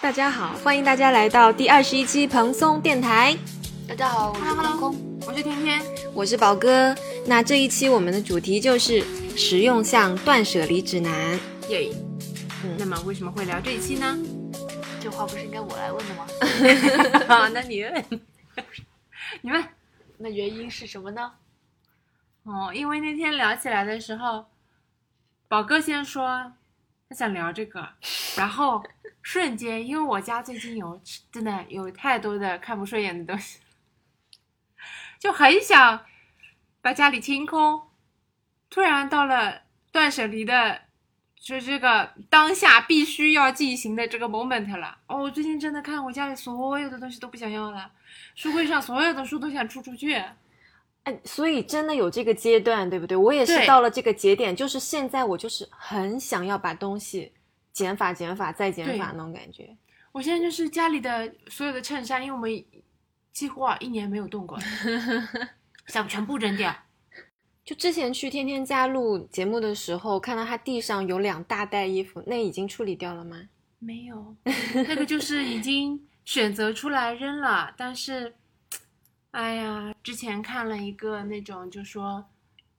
大家好，欢迎大家来到第二十一期蓬松电台，大家好，我是空空，我是天天，我是宝哥。那这一期我们的主题就是实用向断舍离指南。耶、那么为什么会聊这一期呢？这话不是应该我来问的吗？啊， 那你问，你问。那原因是什么呢？哦，因为那天聊起来的时候，宝哥先说他想聊这个，然后瞬间，因为我家最近有真的有太多的看不顺眼的东西，就很想把家里清空。突然到了断舍离的，就这个当下必须要进行的这个 moment 了。哦，我最近真的看我家里所有的东西都不想要了，书柜上所有的书都想出出去。哎，所以真的有这个阶段，对不对？我也是对到了这个节点，就是现在我就是很想要把东西减法、减法再减法对那种感觉。我现在就是家里的所有的衬衫，因为我们几乎啊一年没有动过了，想全部扔掉。就之前去天天家录节目的时候，看到他地上有两大袋衣服，那已经处理掉了吗？没有，那个就是已经选择出来扔了，但是，哎呀，之前看了一个那种就说，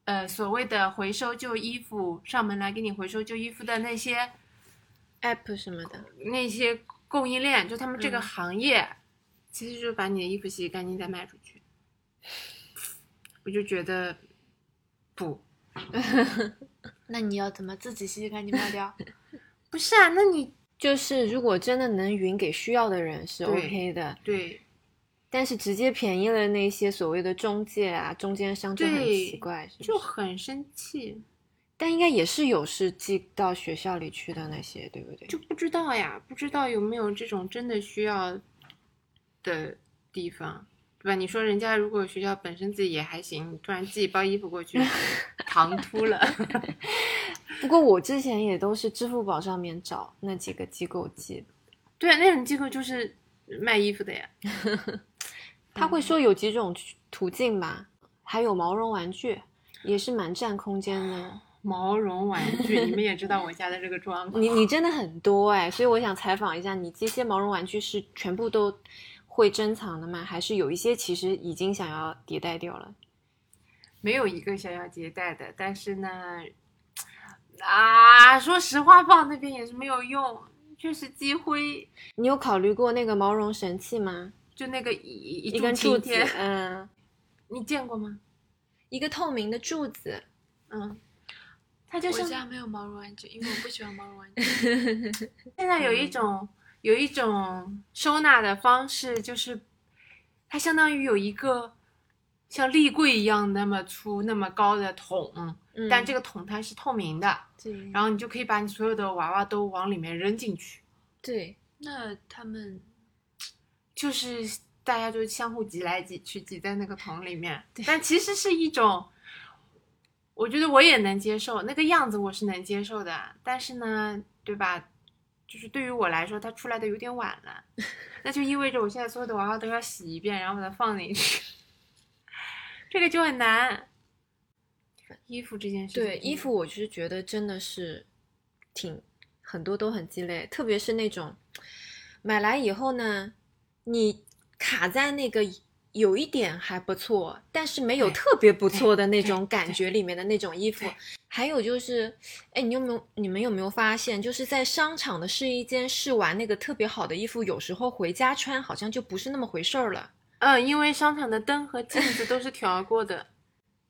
呃，所谓的回收旧衣服，上门来给你回收旧衣服的那些 app 什么的，那些供应链，就他们这个嗯行业，其实就是把你的衣服洗洗干净再卖出去。我就觉得不。那你要怎么自己洗洗干净卖掉？不是啊，那你就是如果真的能匀给需要的人是对 OK 的，对但是直接便宜了那些所谓的中介啊、中间商就很对奇怪，是不是就很生气，但应该也是有是寄到学校里去的那些，对不对？就不知道呀，不知道有没有这种真的需要的地方，对吧？你说人家如果学校本身自己也还行，突然寄一包衣服 过去，唐突了， 不过我之前也都是支付宝上面找那几个机构寄的，对啊，那种机构就是卖衣服的呀，他嗯会说有几种渠途径吧，还有毛绒玩具也是蛮占空间的。毛绒玩具，你们也知道我家的这个 状况，你你真的很多哎，所以我想采访一下，你这些毛绒玩具是全部都会珍藏的吗？还是有一些其实已经想要迭代掉了？没有一个想要迭代的，但是呢，啊，说实话，放那边也是没有用，就是积灰。你有考虑过那个毛柱绒神器吗？就那个一一一一根柱柱子擎天， 嗯，你见过吗？一个透明的柱子，嗯，它就 我像家没有毛绒玩具，因为我不喜欢毛绒 玩具。现在有一种有一种收纳的方式，就是它相当于有一个像立柜一样那么粗、那么高的桶，嗯但这个桶它是透明的，对然后你就可以把你所有的娃娃都往里面扔进去，对，那他们就是大家就相互挤来挤去，挤在那个桶里面。但其实是一种，我觉得我也能接受那个样子，我是能接受的。但是呢，对吧？就是对于我来说，它出来的有点晚了，那就意味着我现在所有的娃娃都要洗一遍，然后把它放进去，这个就很难。衣服这件事情，嗯对，衣服我就是觉得真的是挺很多都很鸡肋，特别是那种买来以后呢，你卡在那个有一点还不错，但是没有对特别不对错的那对种感觉里面的那种衣服对。还有就是，哎，你有没有你们有没有发现，就是在商场的试衣间试完那个特别好的衣服，有时候回家穿好像就不是那么回事儿了。嗯，因为商场的灯和镜子都是调过的，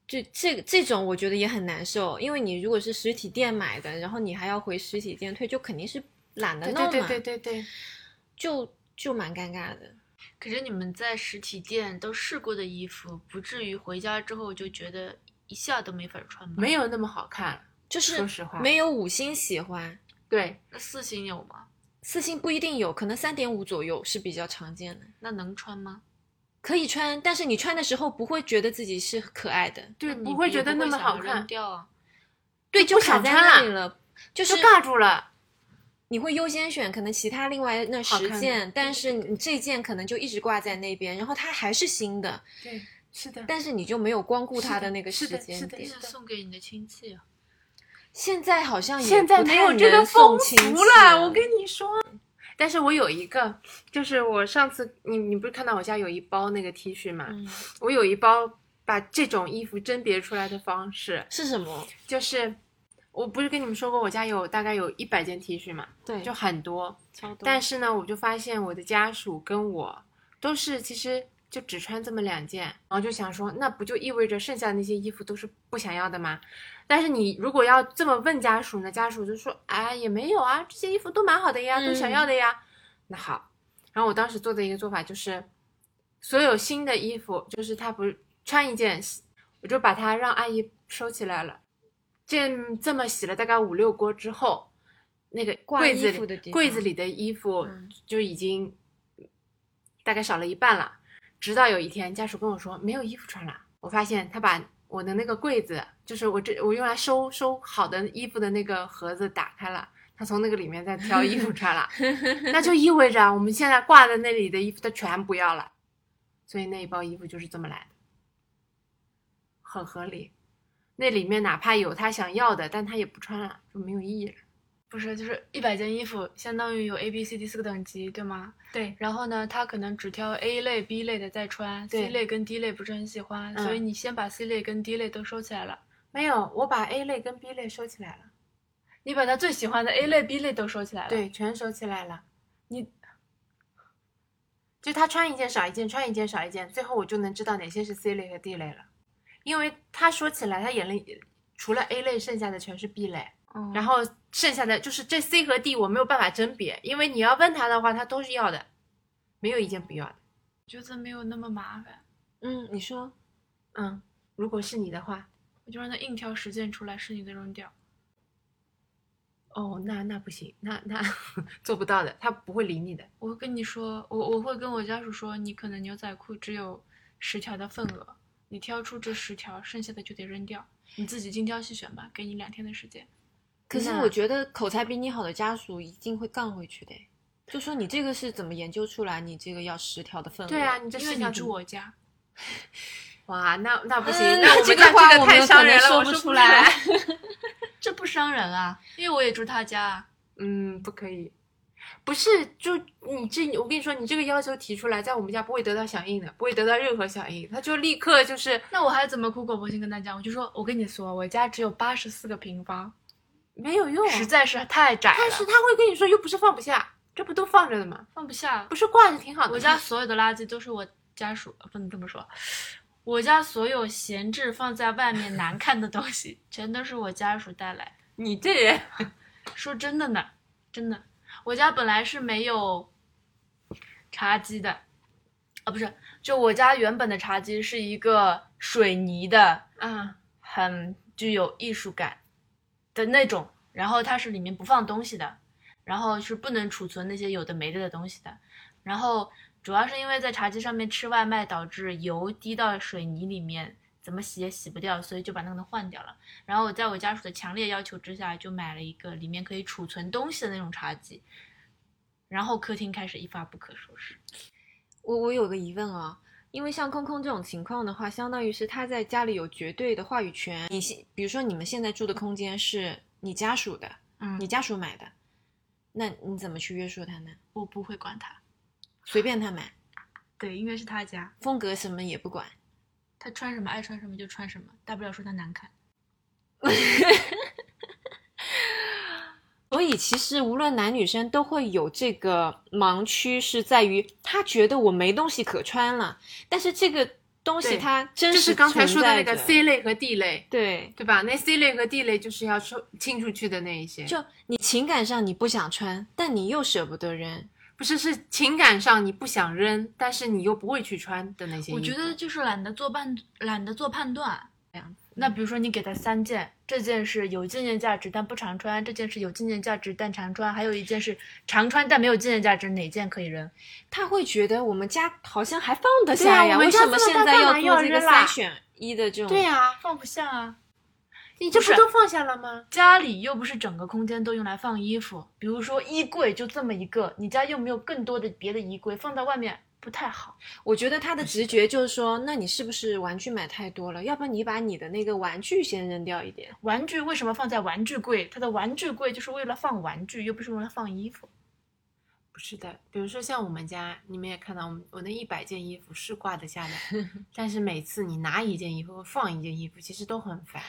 就这这种，我觉得也很难受，因为你如果是实体店买的，然后你还要回实体店退，就肯定是懒得对弄嘛，对对对对对。就就蛮尴尬的。可是你们在实体店都试过的衣服，不至于回家之后就觉得一下都没法穿吧？没，有那么好看。就是说实话没有五星喜欢，对，那四星有吗？四星不一定有，可能三点五左右是比较常见的，那能穿吗？可以穿，但是你穿的时候不会觉得自己是可爱的，对，那你不会觉得也那么想要好扔看，掉啊？对，就不想卡在穿那了里了，就就是尬住了。你会优先选可能其他另外那好十看的件，但是你这件可能就一直挂在那边，然后它还是新的，对，是的，但是你就没有光顾是它的那个时是的间是的点那。是的送给你的亲戚啊。现在好像也现在不没太有这个能送风亲戚俗了，我跟你说。但是我有一个，就是我上次你你不是看到我家有一包那个 T 恤嘛？嗯，我有一包把这种衣服甄别出来的方式，是什么？就是我不是跟你们说过我家有大概有一百件 T 恤嘛，对就很多。超多。但是呢，我就发现我的家属跟我都是其实就只穿这么两件，然后就想说，那不就意味着剩下的那些衣服都是不想要的吗？但是你如果要这么问家属呢，家属就说，哎，也没有啊，这些衣服都蛮好的呀，嗯都想要的呀。那好，然后我当时做的一个做法就是，所有新的衣服，就是他不是穿一件，我就把它让阿姨收起来了。这这么洗了大概五六锅之后，那个挂柜子衣服的地方里柜子里的衣服嗯就已经大概少了一半了。直到有一天，家属跟我说没有衣服穿了，我发现他把我的那个柜子，就是我这我用来收收好的衣服的那个盒子打开了，他从那个里面再挑衣服 穿了。那就意味着我们现在挂在那里的衣服，他全不要了，所以那一包衣服就是这么来的，很合理。那里面哪怕有他想要的，但他也不穿了，就没有意义了。不是，就是一百件衣服，相当于有 A、B、C、D 四个等级，对吗？对，然后呢，他可能只挑 A 类、B 类的再穿对，C 类跟 D 类不是很喜欢，嗯所以你先把 C 类跟 D 类都收起来了，没有，我把 A 类跟 B 类收起来了，你把他最喜欢的 A 类、B 类都收起来了。，对，全收起来了。你就他穿一件少一件，穿一件少一件，最后我就能知道哪些是 C 类和 D 类了，因为他说起来，他眼里除了 A 类，剩下的全是 B 类。嗯然后剩下的就是这 C 和 D 我没有办法甄别，因为你要问他的话，他都是要的，没有一件不要的。我觉得没有那么麻烦，嗯，你说嗯，如果是你的话，我就让他硬挑十件出来是你那种屌。哦，那那不行，那那做不到的，他不会理你的。我会跟你说，我我会跟我家属说，你可能牛仔裤只有十条的份额，你挑出这十条，剩下的就得扔掉，你自己精挑细选吧，给你两天的时间。可是那我觉得口才比你好的家属一定会杠回去的，就说你这个是怎么研究出来？你这个要十条的份额。对啊，，你这因为是你住我家，哇，那那不行，嗯啊那我这个们家话这我个们太可伤能人了，说我不说出出来 来。这不伤人啊，因为我也住他家啊。嗯，不可以。不是，就你这，我跟你说，你这个要求提出来，在我们家不会得到响应的，不会得到任何响应，他就立刻就是那我还怎么苦口婆心跟他讲？我就说，我跟你说，我家只有八十四个平方，没有用啊，实在是太窄但是了，他会跟你说，又不是放不下，这不都放着的吗？放不下不。是挂着挺好的吗。我家所有的垃圾都是我家属，呃不能这么说，我家所有闲置放在外面 难看的东西，全都是我家属带来。你这人，说真的呢，真的，我家本来是没有茶几的，啊，不是，就我家原本的茶几是一个水泥的，嗯很具有艺术感的那种，然后它是里面不放东西的，然后是不能储存那些有的没的的东西的，然后主要是因为在茶几上面吃外卖，导致油滴到水泥里面，怎么洗也洗不掉，所以就把那个东西换掉了。然后我在我家属的强烈要求之下，就买了一个里面可以储存东西的那种茶几，然后客厅开始一发不可收拾。我我有个疑问啊、因为像空空这种情况的话，相当于是他在家里有绝对的话语权。你现比如说你们现在住的空间是你家属的，嗯你家属买的，那你怎么去约束他呢？我不会管他，随便他买，对，因为是他家，风格什么也不管。他穿什么爱穿什么就穿什么，大不了说他难看。所以其实无论男女生都会有这个盲区，是在于他觉得我没东西可穿了，但是这个东西对它真就实是刚才说的那个存在着 C 类和 D 类，对，对吧？那 C 类和 D 类就是要抽清出去的那一些，就你情感上你不想穿，但你又舍不得扔，不是是情感上你不想扔，但是你又不会去穿的那些衣我服。觉得就是懒得做判，懒得做判断。这样子。那比如说，你给他三件，这件是有纪念价值但不常穿，这件是有纪念价值但常穿，还有一件是常穿但没有纪念价值，哪件可以扔？他会觉得我们家好像还放得对下啊呀，我们为家什么这么现大在干嘛做要这个扔啦三选一的这种？对呀、放不下啊！你这不不是都放下了吗？家里又不是整个空间都用来放衣服，比如说衣柜就这么一个，你家又没有更多的别的衣柜，放到外面不太好。我觉得他的直觉就是说，那你是不是玩具买太多了？要不然你把你的那个玩具先扔掉一点。玩具为什么放在玩具柜？它的玩具柜就是为了放玩具，又不是用来放衣服。不是的，比如说像我们家，你们也看到我们我那一百件衣服是挂 得下的，但是每次你拿一件衣服和放一件衣服，其实都很烦，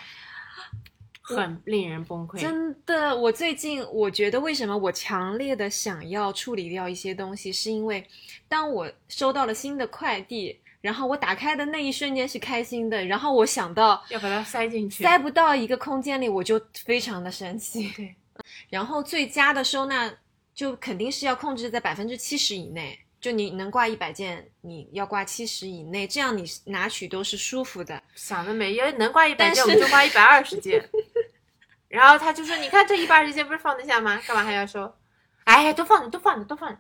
我很令人崩溃。真的，我最近我觉得为什么我强烈的想要处理掉一些东西，是因为当我收到了新的快递，然后我打开的那一瞬间是开心的，然后我想到要把它塞进去，塞不到一个空间里，我就非常的生气。对，然后最佳的收纳就肯定是要控制在百分之七十以内，就你能挂一百件，你要挂七十以内，这样你拿取都是舒服的。想得美，因为能挂一百但是件，我们就挂一百二十 件。然后他就说：“你看这一百二十件不是放得下吗？干嘛还要收？哎呀，都放着，都放着，都放着。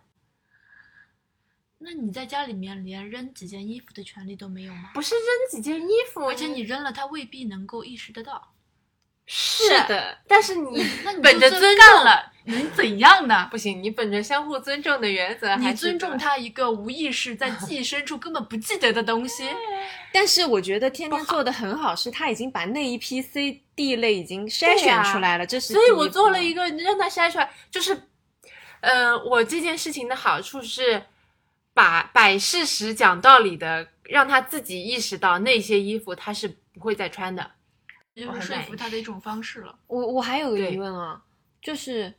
那你在家里面连扔几件衣服的权利都没有吗？不是扔几件衣服，而且你扔了，他未必能够意识得到。是的，但是你那你本着就算尊干重了，能怎样呢？不行，你本着相互尊重的原则，你还是尊重他一个无意识在记忆深处根本不记得的东 西，但是我觉得天天做的很好，是他已经把那一批 C D 类已经筛选出来了，这是啊所以我做了一个个让他筛出来，就是，呃，我这件事情的好处是把摆事实讲道理的，让他自己意识到那些衣服他是不会再穿的。就是说服他的一种方式了。我我还有个对疑问啊，就是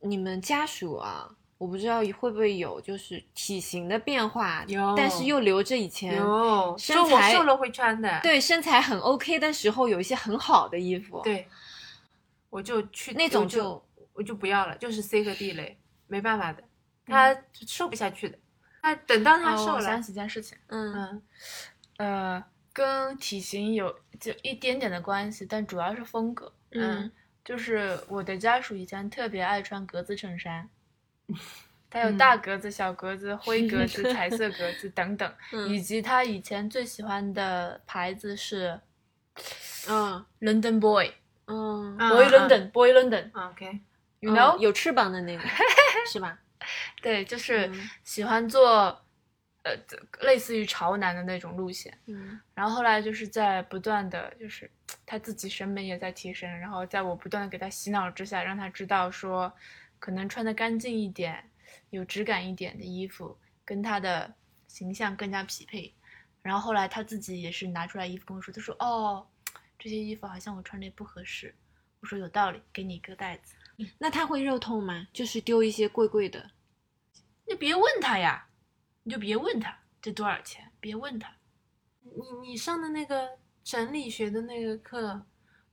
你们家属啊，我不知道会不会有就是体型的变化，有但是又留着以前有，身说我材瘦了会穿的。对身材很 OK 的时候，有一些很好的衣服，，对，我就去那种我就就我就不要了，就是 C 和 D 类，没办法的，他瘦不下去的。他等到他哦瘦我了想，起一件事情，嗯，嗯，呃，跟体型有就一点点的关系，但主要是风格。嗯，就是我的家属以前特别爱穿格子衬衫， 他嗯有大格子、小格子、灰格子、彩色格子等等，嗯嗯以及他以前最喜欢的牌子是嗯 London Boy、嗯啊 Boy London、Boy London。啊 OK， You know，、嗯有翅膀的 那个是吧？对，就是嗯喜欢做，呃，类似于潮男的那种路线。嗯然后后来就是在不断的，就是他自己审美也在提升，然后在我不断的给他洗脑之下，让他知道说，可能穿的干净一点、有质感一点的衣服，跟他的形象更加匹配。然后后来他自己也是拿出来衣服跟我说，他说：“哦，这些衣服好像我穿着也不合适。”我说：“有道理，给你一个袋子。那他会肉痛吗？就是丢一些贵贵的，”你别问他呀，你就别问他这多少钱，别问他。你你上的那个整理学的那个课，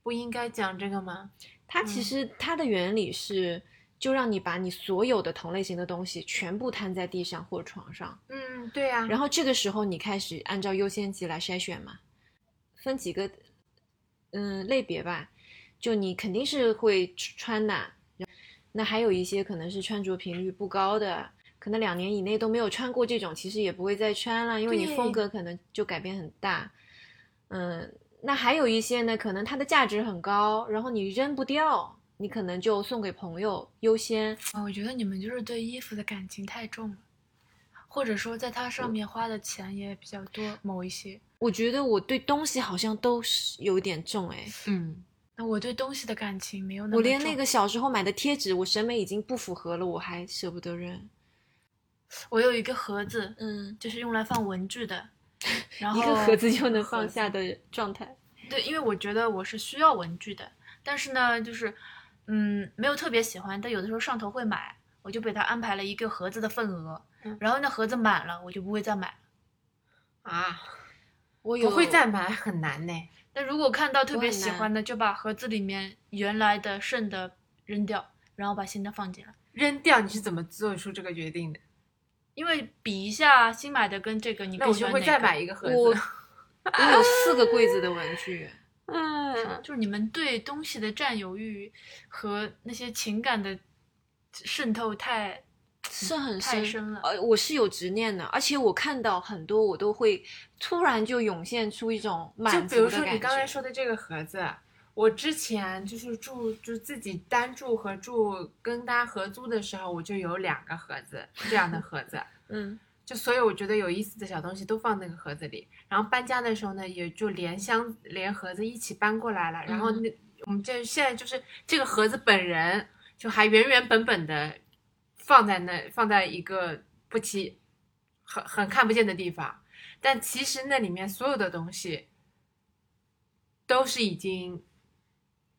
不应该讲这个吗？它其实它的原理是，就让你把你所有的同类型的东西全部摊在地上或床上，嗯，对呀、然后这个时候你开始按照优先级来筛选嘛，分几个嗯类别吧，就你肯定是会穿的，那还有一些可能是穿着频率不高的。可能两年以内都没有穿过这种，其实也不会再穿了，因为你对风格可能就改变很大。嗯，那还有一些呢，可能它的价值很高，然后你扔不掉，你可能就送给朋友优先。啊，我觉得你们就是对衣服的感情太重了，或者说在它上面花的钱也比较多，某一些。我觉得我对东西好像都是有点重哎，嗯，那我对东西的感情没有那么我连那重个小时候买的贴纸，我审美已经不符合了，我还舍不得扔。我有一个盒子，嗯，就是用来放文 具的，然后一个盒子就能盒放子下的状态。对，因为我觉得我是需要文具的，但是呢，就是嗯，没有特别喜欢，但有的时候上头会买，我就给他安排了一个盒子的份额，嗯然后那盒子满了，我就不会再买了。啊，我有不会再买很难呢。那如果看到特我别很喜欢的，就把盒子里面原来的剩的扔掉，然后把新的放进来，扔掉你是怎么做出这个决定的？因为比一下新买的跟这个你那更我喜就欢会哪再个买一个盒 我子。我有四个柜子的文 具。嗯，就是你们对东西的占有欲和那些情感的渗透太是很太深深了呃，我是有执念的，而且我看到很多，我都会突然就涌现出一种就满比足的感如觉。说你刚才说的这个盒子，我之前就是住就自己单住和住跟大家合租的时候，我就有两个盒子这样的盒子。嗯，就所有我觉得有意思的小东西都放那个盒子里。然后搬家的时候呢，也就连箱连盒子一起搬过来了。然后嗯那、我们这现在就是这个盒子本人就还原原本本的放在那放在一个不起很很看不见的地方，但其实那里面所有的东西都是已经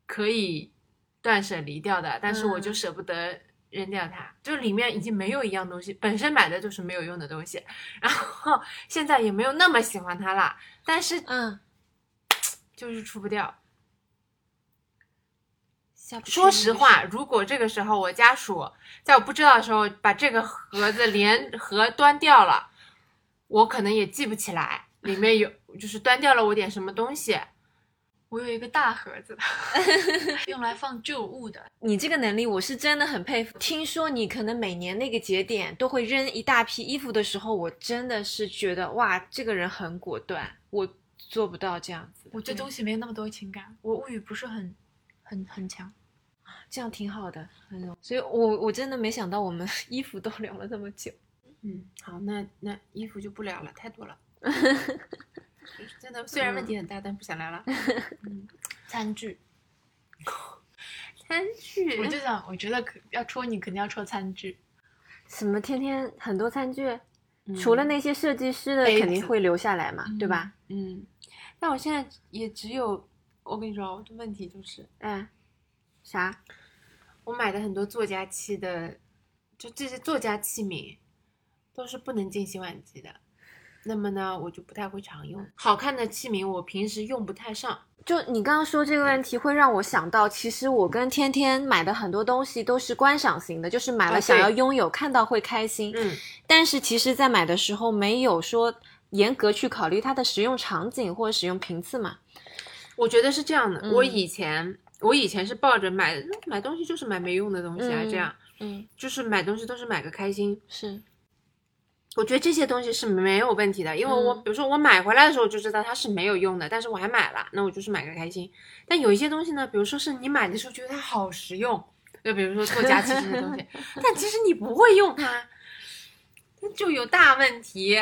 可以断舍离掉的，但是我就嗯舍不得扔掉它，就里面已经没有一样东西，本身买的就是没有用的东西， 然后现在也没有那么喜欢它啦，但是嗯，就是除不掉。下不去说实话，如果这个时候我家属在我不知道的时候把这个盒子连盒端掉了，我可能也记不起来里面有就是端掉了我点什么东西。我有一个大盒子， 用来放旧物的，你这个能力，我是真的很佩服。听说你可能每年那个节点都会扔一大批衣服的时候，我真的是觉得哇，这个人很果断，我做不到这样子的。嗯我对东西没有那么多情感，我物欲不是很很很强。这样挺好的，很容所以我我真的没想到我们 衣服都聊了那么久。嗯，好，那那衣服就不聊了，太多了。真的，虽然问题很大，但不想聊了。餐具，餐具，我就想，我觉得可要戳你，肯定要戳餐具。什么天天很多餐具，嗯除了那些设计师的杯肯定子会留下来嘛，对吧？嗯，但我现在也只有，我跟你说，我的问题就是哎，啥？我买的很多作家器的，就这些作家器皿，都是不能进洗碗机的。那么呢，我就不太会常用。好看的器皿，我平时用不太上。就你刚刚说这个问题，会让我想到，其实我跟天天买的很多东西都是观赏型的，就是买哦了对想要拥有，看到会开心。嗯，但是其实，在买的时候没有说严格去考虑它的使用场景或者使用频次嘛。我觉得是这样的。嗯我以前，我以前是抱着买买东西就是买没用的东西啊，嗯这样嗯，就是买东西都是买个开心。是，我觉得这些东西是没有问题的，因为我、嗯比如说我买回来的时候我就知道它是没有用的，但是我还买了，那我就是买个开心。但有一些东西呢，比如说是你买的时候觉得它好实用，就比如说做家器这些 东西，但其实你不会用它，那就有大问题。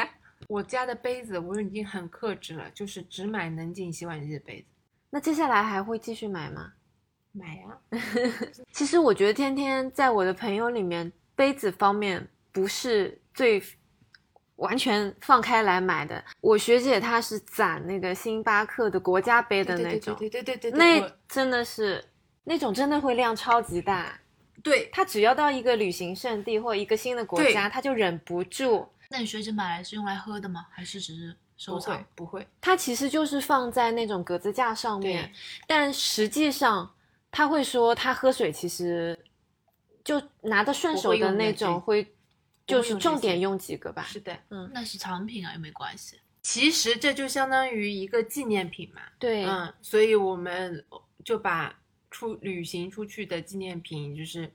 我家的杯子我已经很克制了，就是只买能进洗碗机的杯子。那接下来还会继续买吗？买呀、其实我觉得天天在我的朋友里面，杯子方面不是最完全放开来买的。我学姐她是攒那个星巴克的国家杯的那种，对对对对对对，那我真的是那种真的会量超级大。对她只要到一个旅行胜地或一个新的国对家，她就忍不住。那你学姐买来是用来喝的吗？还是只是收不会藏？不会，它其实就是放在那种格子架上面对，但实际上他会说他喝水其实就拿得顺手的那种我会，就我会是用这重点用几个吧。是的。那是藏品啊，又没关系。其实这就相当于一个纪念品嘛。对，嗯，所以我们就把出旅行出去的纪念品，就是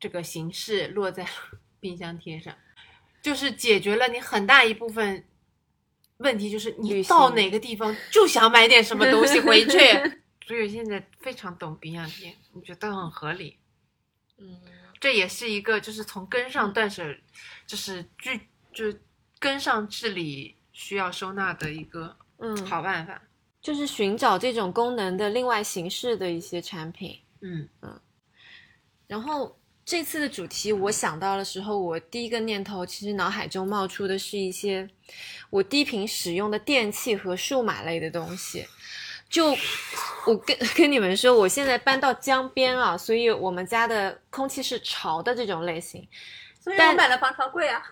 这个形式落在冰箱贴上，就是解决了你很大一部分问题，就是旅你行到哪个地方就想买点什么东西回 去。所以现在非常懂冰箱贴，我觉得很合理。 嗯，这也是一个就是从根上断舍，就是具就是根上治理需要收纳的一个嗯好办法。就是寻找这种功能的另外形式的一些产品。嗯然后这次的主题，我想到的时候，我第一个念头其实脑海中冒出的是一些我低频使用的电器和数码类的东西。就我跟跟你们说，我现在搬到江边啊，所以我们家的空气是潮的这种类型。所以但了防潮柜啊。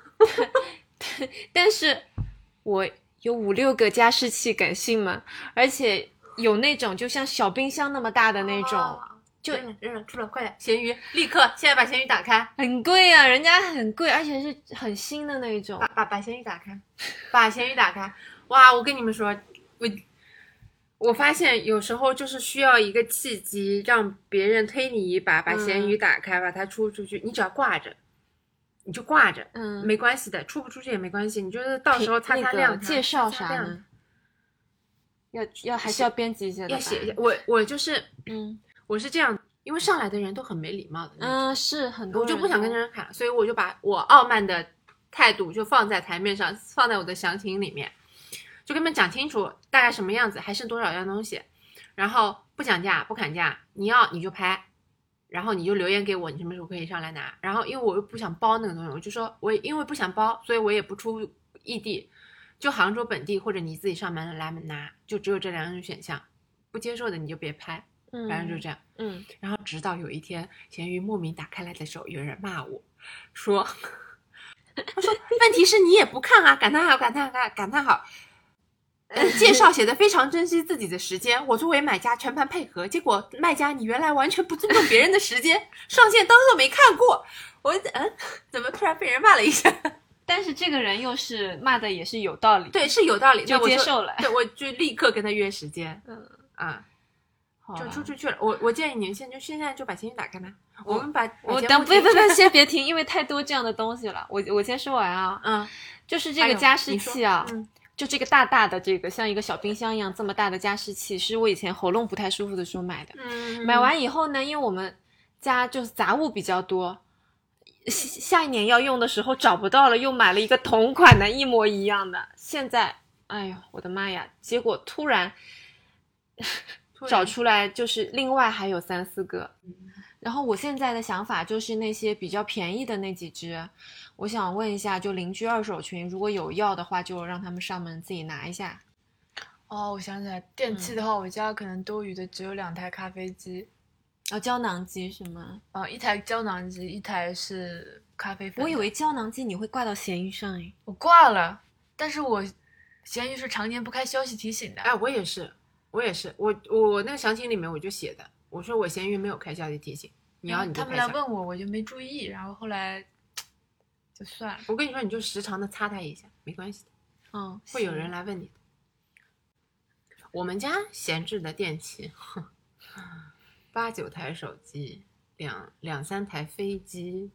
但是我有五六个加湿器，敢信吗？而且有那种就像小冰箱那么大的那种，啊就扔了扔了，出了，快点，咸鱼，立刻现在把咸鱼打开，很贵啊，人家很贵，而且是很新的那种把。把把咸鱼打开，把咸鱼打开。哇，我跟你们说，我我发现有时候就是需要一个契机，让别人推你一把，把咸嗯鱼打开，把它出出去。你只要挂着，你就挂着，嗯，没关系的，出不出去也没关系。你就是到时候擦擦那个亮它。介绍擦擦啥亮呢？要要还是要编辑一下的它？吧要写一下，我我就是嗯我是这样，因为上来的人都很没礼貌的那种。嗯，是很多我人都，就不想跟人家砍，所以我就把我傲慢的态度就放在台面上，放在我的详情里面，就跟他们讲清楚大概什么样子，还剩多少样东西，然后不讲价不砍价，你要你就拍，然后你就留言给我，你什么时候可以上来拿？然后因为我又不想包那个东西，我就说我也因为不想包，所以我也不出异地，就杭州本地或者你自己上门来拿，就只有这两种选项。不接受的你就别拍，嗯反正就这样。嗯，然后直到有一天，闲鱼莫名打开来的时候，有人骂我说：“ 他说问题是你也不看啊！”感叹号，感叹号，感叹号。呃，介绍写的非常珍惜自己的时间，我作为买家全盘配合，结果卖家你原来完全不尊重别人的时间，上线当做没看过。我嗯，怎么突然被人骂了一下？ 但是这个人又是骂的也是有道理，，对，是有道理，那就我接受了。对，我就立刻跟他约时间。嗯啊，好就吧出出去了。我我建议你们现在就现在就把闲鱼打开吧。我们把我把节等目不不不，先别停，因为太多这样的东西了。我我先说完啊，嗯，就是还这个有加湿你说器啊，嗯就这个大大的这个像一个小冰箱一样这么大的加湿器，是我以前喉咙不太舒服的时候买的。嗯买完以后呢，因为我们家就是杂物比较多，下下一年要用的时候找不到了，又买了一个同款的一模一样的。现在，哎呦，我的妈呀！结果突然突 然嗯找出来，就是另外还有三四个。然后我现在的想法就是那些比较便宜的那几只，我想问一下，就邻居二手群如果有要的话，就让他们上门自己拿一下。哦，我想起来，嗯电器的话，我家可能多余的只有两台咖啡机，哦，胶囊机是吗？呃，一台胶囊机，一台是咖啡粉的。我以为胶囊机你会挂到闲鱼上诶。我挂了，但是我闲鱼是常年不开消息提醒的。哎，我也是，我也是，我我那个详情里面我就写的，我说我闲鱼没有开消息提醒，你然要后你嗯就他们开来消息。问我，我就没注意，然后后来就算了。我跟你说，你就时常的擦它一下，没关系的，嗯，会有行人来问你的。我们家闲置的电器，哼八九台手机，两两三台飞机，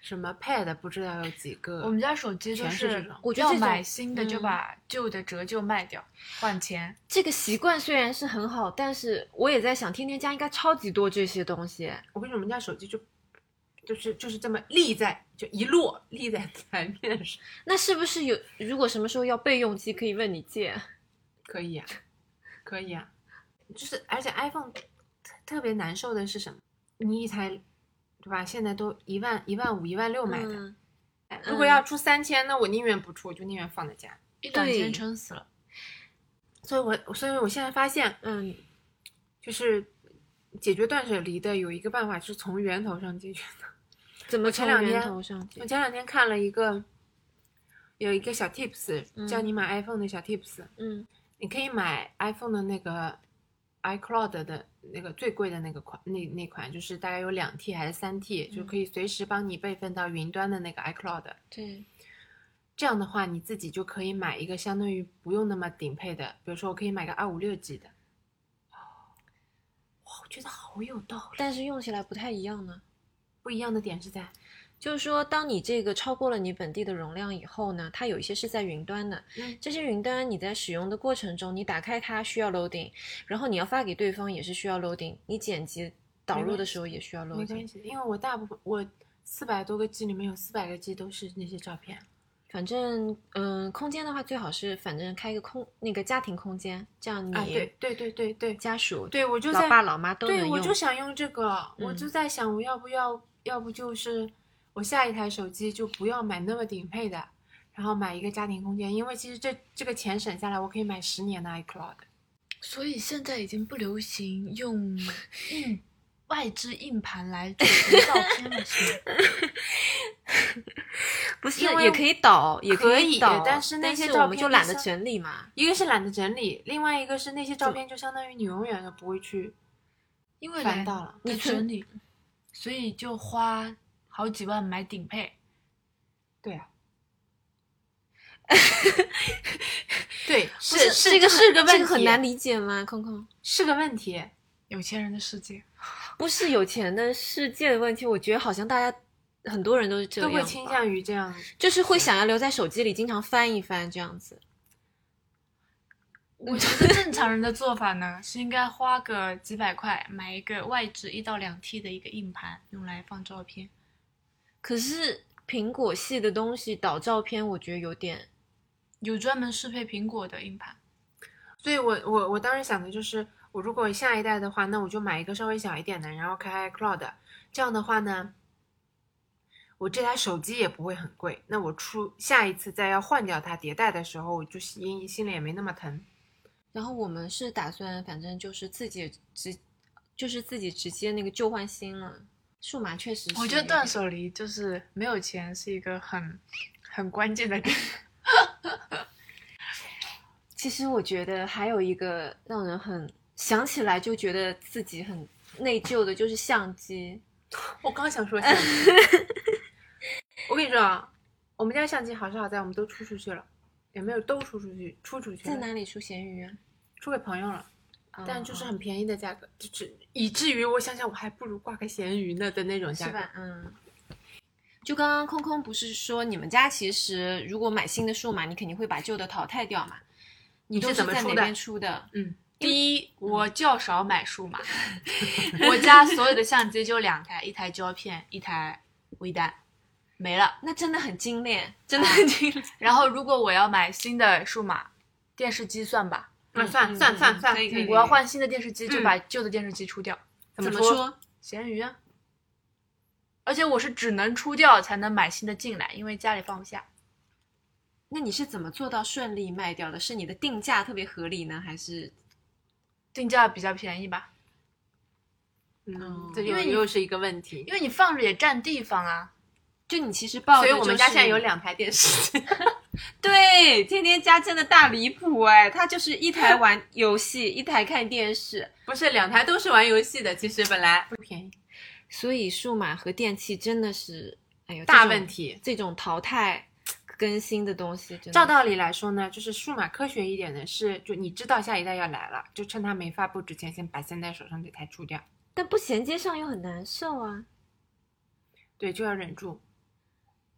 什么 Pad 不知道有几个。我们家手机就全是这种我觉得要这种买新的就把旧的折旧卖掉，换钱。这个习惯虽然是很好，但是我也在想，天天家应该超级多这些东西。我跟你说，我们家手机就就是就是这么立在，就一摞立在台面上，那是不是有？如果什么时候要备用机，可以问你借？可以呀、可以呀、就是而且 iPhone 特特别难受的是什么？你一台对吧？现在都一万、一万五、一万六买的，嗯如果要出三千，那我宁愿不出，我就宁愿放在家。一段时对间撑死了。所以我所以我现在发现，嗯，就是解决断舍离的有一个办法是从源头上解决的。怎么从前两天源头上借我？前两天看了一个有一个小 tips，嗯教你买 iPhone 的小 tips，、嗯你可以买 iPhone 的那个 iCloud 的那个最贵的那个款，那那款就是大概有两 T 还是三 T，、就可以随时帮你备份到云端的那个 iCloud。对，这样的话，你自己就可以买一个相对于不用那么顶配的，比如说我可以买个二五六 G 的。哇，我觉得好有道理。但是用起来不太一样呢。不一样的点是在，就是说，当你这个超过了你本地的容量以后呢，它有一些是在云端的。嗯这些云端你在使用的过程中，你打开它需要 loading，然后你要发给对方也是需要 loading，你剪辑导入的时候也需要没关 loading。系，因为我大部分我四百多个 G 里面有四百个 G 都是那些照片。反正，嗯、空间的话最好是反正开一个空那个家庭空间，这样啊，你对对对对对，家属、对我就在老爸老妈都能对，用。我就想用这个，我嗯就在想，我要不要，要不就是我下一台手机就不要买那么顶配的，然后买一个家庭空间，因为其实这这个钱省下来，我可以买十年的 iCloud。所以现在已经不流行用硬外置硬盘来储存照片了，是吗？不是因为也可以导，也可以以导，但是那些我照们片就就懒得像整理嘛。一个是懒得整理，另外一个是那些照片就相当于你永远都不会去因为翻懒到了。你你存整理，所以就花好几万买顶配。对啊，对，不是这个啊是个问这题，个很难理解吗？空空，是个问题。有钱人的世界，不是有钱的世界的问题，我觉得好像大家很多人都是这都样吧，会倾向于这样，就是会想要留在手机里，经常翻一翻这样子。我觉得正常人的做法呢，是应该花个几百块买一个外置一到两 T 的一个硬盘，用来放照片。可是苹果系的东西导照片，我觉得有点有专门适配苹果的硬盘，所以我我我当时想的就是，我如果下一代的话，那我就买一个稍微小一点的，然后开 iCloud，这样的话呢，我这台手机也不会很贵。那我出下一次再要换掉它迭代的时候，我就心心里也没那么疼。然后我们是打算，反正就是自己直，就是自己直接那个旧换新了。数码确实是，我觉得断舍离就是没有钱是一个很很关键的点。其实我觉得还有一个让人很想起来就觉得自己很内疚的，就是相机。我刚想说相机， 我跟你说啊，我们家相机好是好在我们都出出去了，也没有都出出去，出出去在了，哪里出闲鱼啊？出给朋友了。但就是嗯很便宜的价格，就是以至于我想想，我还不如挂个咸鱼呢的那种价是格。吧？嗯。就刚刚空空不是说你们家其实如果买新的数码，你肯定会把旧的淘汰掉嘛？你都是怎么在出哪的边出的？第一，我较少买数码， 我家所有的相机就两台，一台胶片，一台微单，没了。那真的很精炼，真的很精炼。然后如果我要买新的数码电视机算吧，啊，嗯算嗯算嗯算算，可以可以嗯我要换新的电视机，就嗯把旧的电视机出掉。怎么说？？闲鱼啊。而且我是只能出掉才能买新的进来，因为家里放不下。那你是怎么做到顺利卖掉的？是你的定价特别合理呢，还是定价比较便宜吧，嗯嗯，这因又为你又是一个问题。因为你放着也占地方啊。就你其实报的所以就是？我们家现在有两台电视 机，对，天天家真的大离谱哎，他就是一台玩 游戏，一台看电视。不是两台都是玩游戏的。其实本来不便宜，所以数码和电器真的是，哎呦，大这种问题。这种淘汰更新的东西，真的照道理来说呢，就是数码科学一点的是，就你知道下一代要来了，就趁它没发布之前，先把现在手上这台出掉。但不衔接上又很难受啊。对，就要忍住，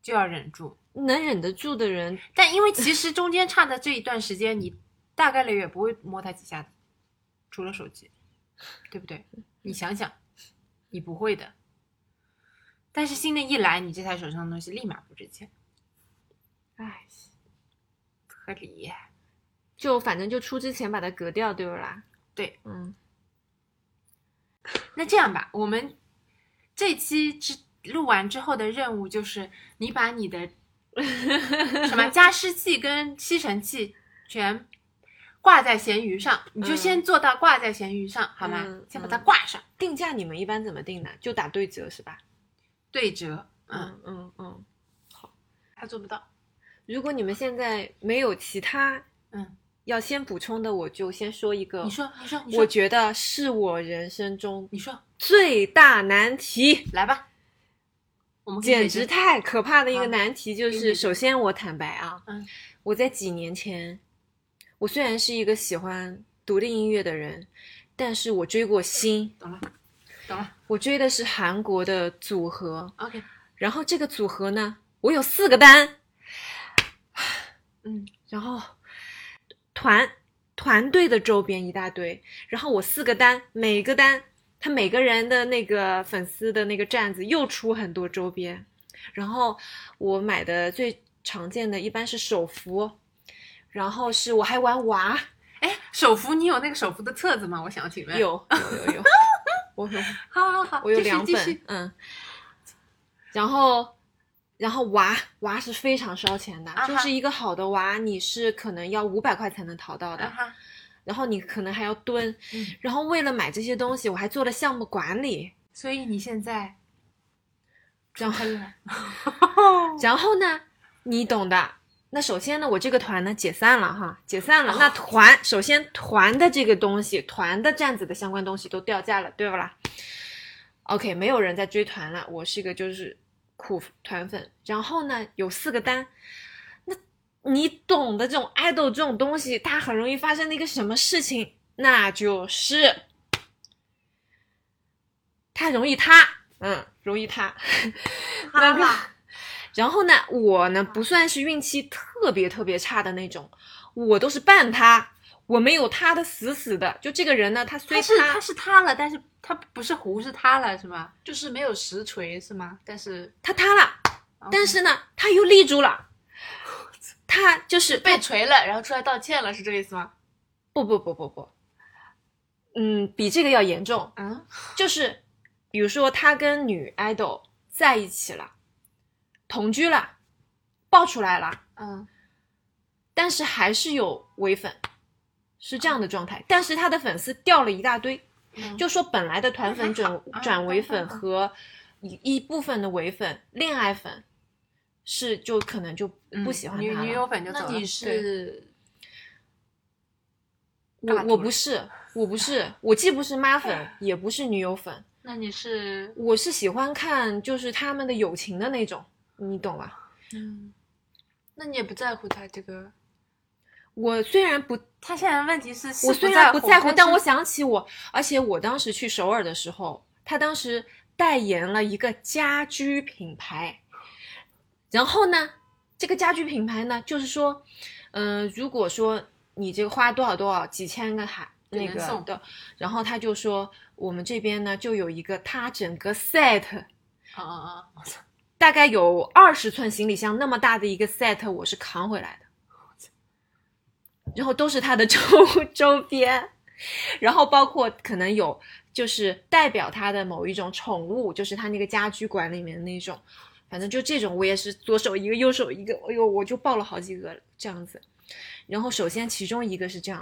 就要忍住。能忍得住的人，但因为其实中间差的这一段时间，你大概率也不会摸它几下的，除了手机，对不对？你想想，你不会的。但是新的一来，你这台手上的东西立马不值钱，哎，合理。就反正就出之前把它革掉，对不啦？对，嗯，那这样吧，我们这期之录完之后的任务就是，你把你 的什么加湿器跟吸尘器全挂在闲鱼上，你就嗯先做到挂在闲鱼上，好吗？嗯先把它嗯挂上，定价你们一般怎么定的？就打对折是吧？对折。嗯，嗯嗯。他做不到，如果你们现在没有其他嗯要先补充的，我就先说一个。你说，你说，你我说，觉得是我人生中你说，最大难题，来吧，我们可以简解决直太可怕的一个好难题。就给是你首先我坦白啊，嗯我在几年前，我虽然是一个喜欢独立音乐的人，但是我追过星，懂了，懂了。我追的是韩国的组合， OK，然后这个组合呢，我有四个单，嗯，然后团团队的周边一大堆，然后我四个单，每个单他每个人的那个粉丝的那个站子又出很多周边，然后我买的最常见的一般是手幅，然后是我还玩娃，哎，手幅你有那个手幅的册子吗？我想要请问。，有有有有，我有好好好，我有继续两继续本，嗯，然后。然后娃娃是非常烧钱的，啊哈就是一个好的娃，你是可能要五百块才能淘到的。啊哈，然后你可能还要蹲，嗯然后为了买这些东西，我还做了项目管理，所以你现在然后然后呢，你懂的。那首先呢，我这个团呢解散了哈，解散了。那团首先团的这个东西，团的站子的相关东西都掉价了，对不啦？OK，没有人在追团了，我是一个就是苦团粉。然后呢，有四个单，那你懂的这种 idol 这种东西，它很容易发生的一个什么事情，那就是它容易塌，嗯，容易塌。 那个，然后呢，我呢不算是运气特别特别差的那种，我都是半塌，我没有塌的死死的。就这个人呢，他虽他是他是塌了，但是他不是糊是塌了是吗？就是没有实锤是吗？但是他塌了，哦但是呢，他又立住了。他就是被锤了，然后出来道歉了，是这个意思吗？不不不不不，嗯，比这个要严重。啊嗯，就是比如说他跟女 idol 在一起了，同居了，爆出来了，嗯，但是还是有伪粉，是这样嗯的状态。但是他的粉丝掉了一大堆，嗯就说本来的团粉转啊转伪懂粉懂和一一部分的伪粉、恋爱粉是就可能就不喜欢嗯女他女了。友粉就那走了你。是我大我众不是，我不是，我既不是妈粉，也不是女友粉。那你是我是喜欢看就是他们的友情的那种，你懂吧？嗯，那你也不在乎他这个，我虽然不，他现在问题是，我虽然不在乎，但是我想起我，而且我当时去首尔的时候，他当时代言了一个家居品牌，然后呢，这个家居品牌呢，就是说，嗯、如果说你这个花多少多少几千个海就那能个送的，然后他就说我们这边呢就有一个他整个 set 嗯嗯嗯，大概有二十寸行李箱那么大的一个 set，我是扛回来的，然后都是它的 周周边，然后包括可能有就是代表它的某一种宠物，就是它那个家居馆里面那种，反正就这种我也是左手一个右手一个，哎呦我就抱了好几个这样子。然后首先其中一个是这样，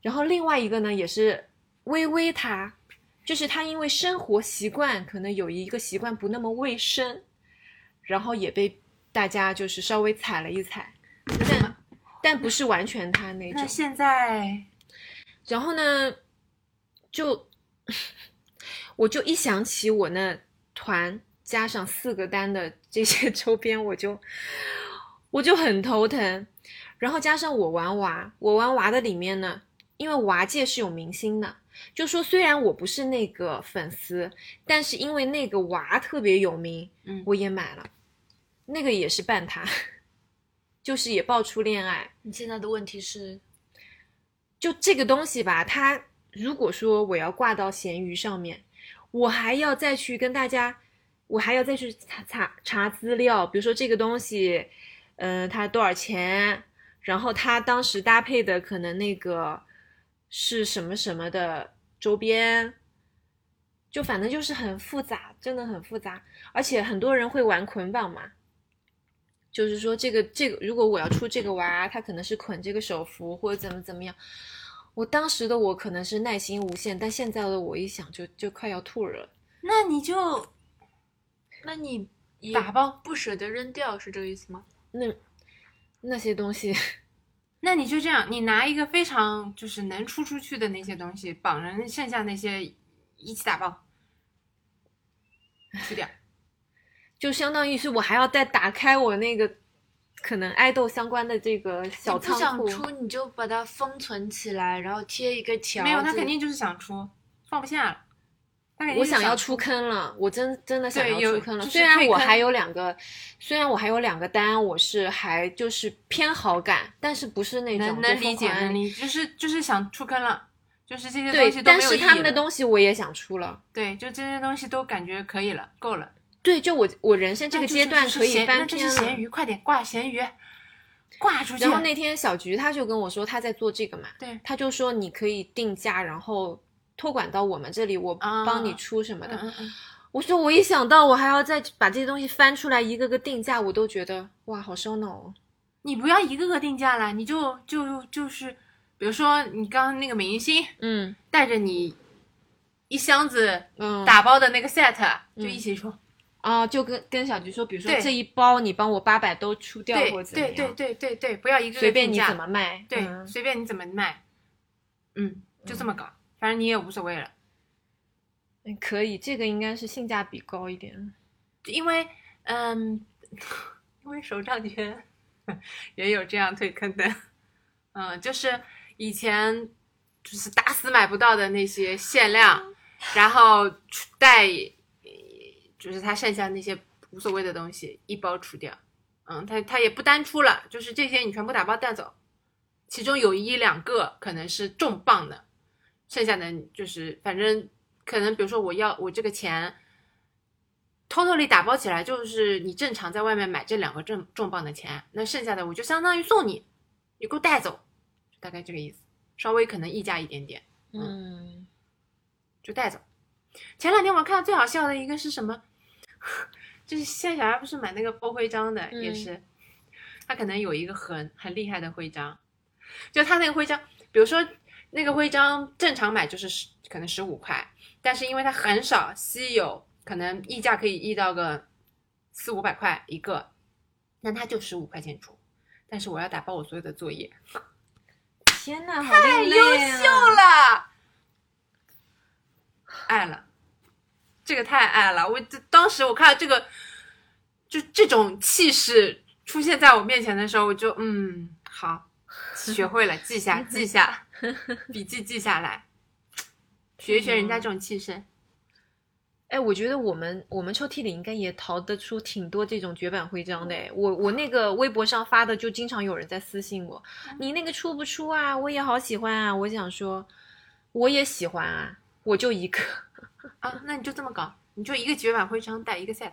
然后另外一个呢也是微微它。就是他因为生活习惯可能有一个习惯不那么卫生，然后也被大家就是稍微踩了一踩，但但不是完全他那那种。现在然后呢，就我就一想起我那团加上四个单的这些周边，我就我就很头疼。然后加上我玩娃，我玩娃的里面呢，因为娃界是有明星的，就说虽然我不是那个粉丝，但是因为那个娃特别有名，嗯我也买了，那个也是半塔， 就是也爆出恋爱，你现在的问题是就这个东西吧，它如果说我要挂到闲鱼上面，我还要再去跟大家，我还要再去查查查资料，比如说这个东西，嗯，它多少钱，然后它当时搭配的可能那个是什么什么的周边，就反正就是很复杂，真的很复杂，而且很多人会玩捆绑嘛，就是说这个这个，如果我要出这个娃，他可能是捆这个手幅或者怎么怎么样。我当时的我可能是耐心无限，但现在的我一想就就快要吐了。那你就那你也打包，不舍得扔掉是这个意思吗？那那些东西，那你就这样，你拿一个非常就是能出出去的那些东西，绑人剩下那些一起打包，去掉。就相当于是我还要再打开我那个可能爱豆相关的这个小你不仓想库。出，你就把它封存起来，然后贴一个条子。没有，他肯定就是想出，放不下了。他肯定我是想要出，出坑了，我真真的想对要有出坑了。就是虽然退我坑还有两个，虽然我还有两个单，我是还就是偏好感，但是不是那种能多能疯理解，狂能暗恋理解，就是就是想出坑了，就是这些东对，西都没但有是意义他们的了东西我也想出了。对，就这些东西都感觉可以了，够了。对，就我我人生这那个就阶是段就是可以闲翻那这篇是了咸。鱼，快点挂咸鱼，挂出去。然后那天小菊她就跟我说她在做这个嘛，对她就说你可以定价，然后托管到我们这里，我啊帮你出什么嗯的。嗯嗯，我说我一想到我还要再把这些东西翻出来一个个定价，我都觉得哇好烧脑哦。你不要一个个定价了，你就就就是，比如说你刚刚那个明星嗯带着你一箱子嗯，打包的那个 set，、就嗯一起出。啊就跟跟小菊说，比如说对这一包你帮我八百都出掉对或者怎么对样，对对对对，不要一个个随便定你价怎么卖。对，嗯随便你怎么卖，嗯，就这么搞，反正你也无所谓了，嗯可以，这个应该是性价比高一点。因为嗯， 因为手账圈也有这样退坑的，嗯，就是以前就是打死买不到的那些限量，然后除带就是它剩下那些无所谓的东西一包除掉，嗯，它它也不单出了，就是这些你全部打包带走，其中有一两个可能是重磅的，剩下的就是反正可能比如说我要我这个钱。totally 打包起来就是你正常在外面买这两个重重磅的钱，那剩下的我就相当于送你，你给我带走，大概这个意思，稍微可能溢价一点点。嗯，就带走。前两天我看到最好笑的一个是什么？ 就是现在小孩不是买那个包徽章的，嗯也是，他可能有一个很很厉害的徽章，就他那个徽章，比如说那个徽章正常买就是十可能十五块，但是因为它很少稀有，可能溢价可以溢到个四五百块一个，那他就十五块钱出。但是我要打包我所有的作业，天呐，好啊太优秀了，爱了，这个太爱了！我这当时我看到这个，就这种气势出现在我面前的时候，我就嗯，好，学会了，记下，记下，笔记记下来，学一学人家这种气势。哎，我觉得我们我们抽屉里应该也淘得出挺多这种绝版徽章的哎。我我那个微博上发的，就经常有人在私信我，你那个出不出啊？我也好喜欢啊！我想说，我也喜欢啊，我就一个。啊，那你就这么搞，你就一个绝版徽章带一个 set。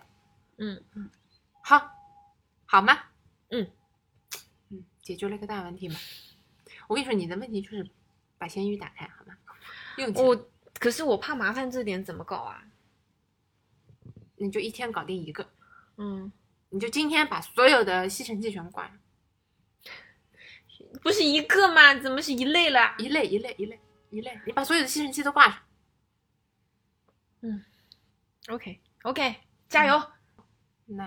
嗯嗯，好，好吗？嗯嗯，解决了一个大问题嘛。我跟你说，你的问题就是把闲鱼打开，好吗？用起来，我可是我怕麻烦这点怎么搞啊？你就一天搞定一个，嗯，你就今天把所有的吸尘器全部关上，不是一个吗？怎么是一类了？一类一类一类一类，你把所有的吸尘器都挂上。 OK OK，加油！嗯那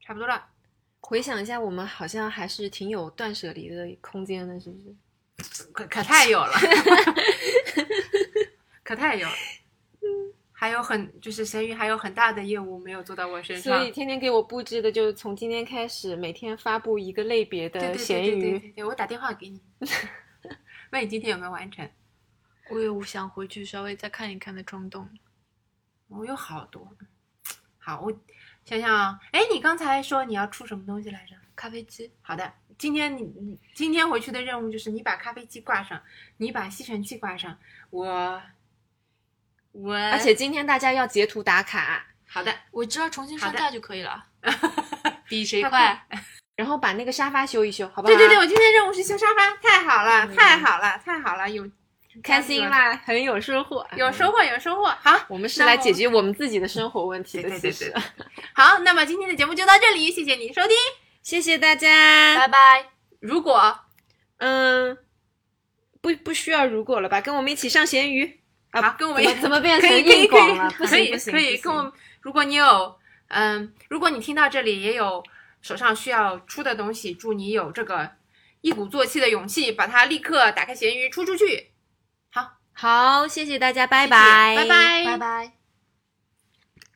差不多了，回想一下，我们好像还是挺有断舍离的空间的，是不是？可可太有了，可太有了。嗯 还有很就是闲鱼还有很大的业务没有做到我身上，所以天天给我布置的，就是从今天开始，每天发布一个类别对的对闲对对对鱼。对，我打电话给你，问你今天有没有完成。我有想回去稍微再看一看的冲动。我有好多，好，我想想啊，哎，你刚才说你要出什么东西来着？咖啡机，好的，今天你你今天回去的任务就是你把咖啡机挂上，你把吸尘器挂上，我我而且今天大家要截图打卡，好的，我只要重新好上的架就可以 了，比谁快。然后把那个沙发修一修，好不好？啊对对对，，我今天任务是修沙发，太好了，太好了，太好了，有嗯开心啊啦，很有收获，啊有收。获，有收获，好。我们是那来我解决我们自己的生活问题的，对其对对实 对。好，那么今天的节目就到这里，谢谢你的收听。谢谢大家，嗯拜拜。如果啊嗯，不不需要如果了吧，跟我们一起上咸鱼啊！好跟我们怎么怎么变可成以可以硬可广了？不以可行以不行可以不行跟我们，如果你有嗯，如果你听到这里也有手上需要出的东西，祝你有这个一鼓作气的勇气，把它立刻打开闲鱼出出去。好，谢谢大家，拜拜拜拜拜。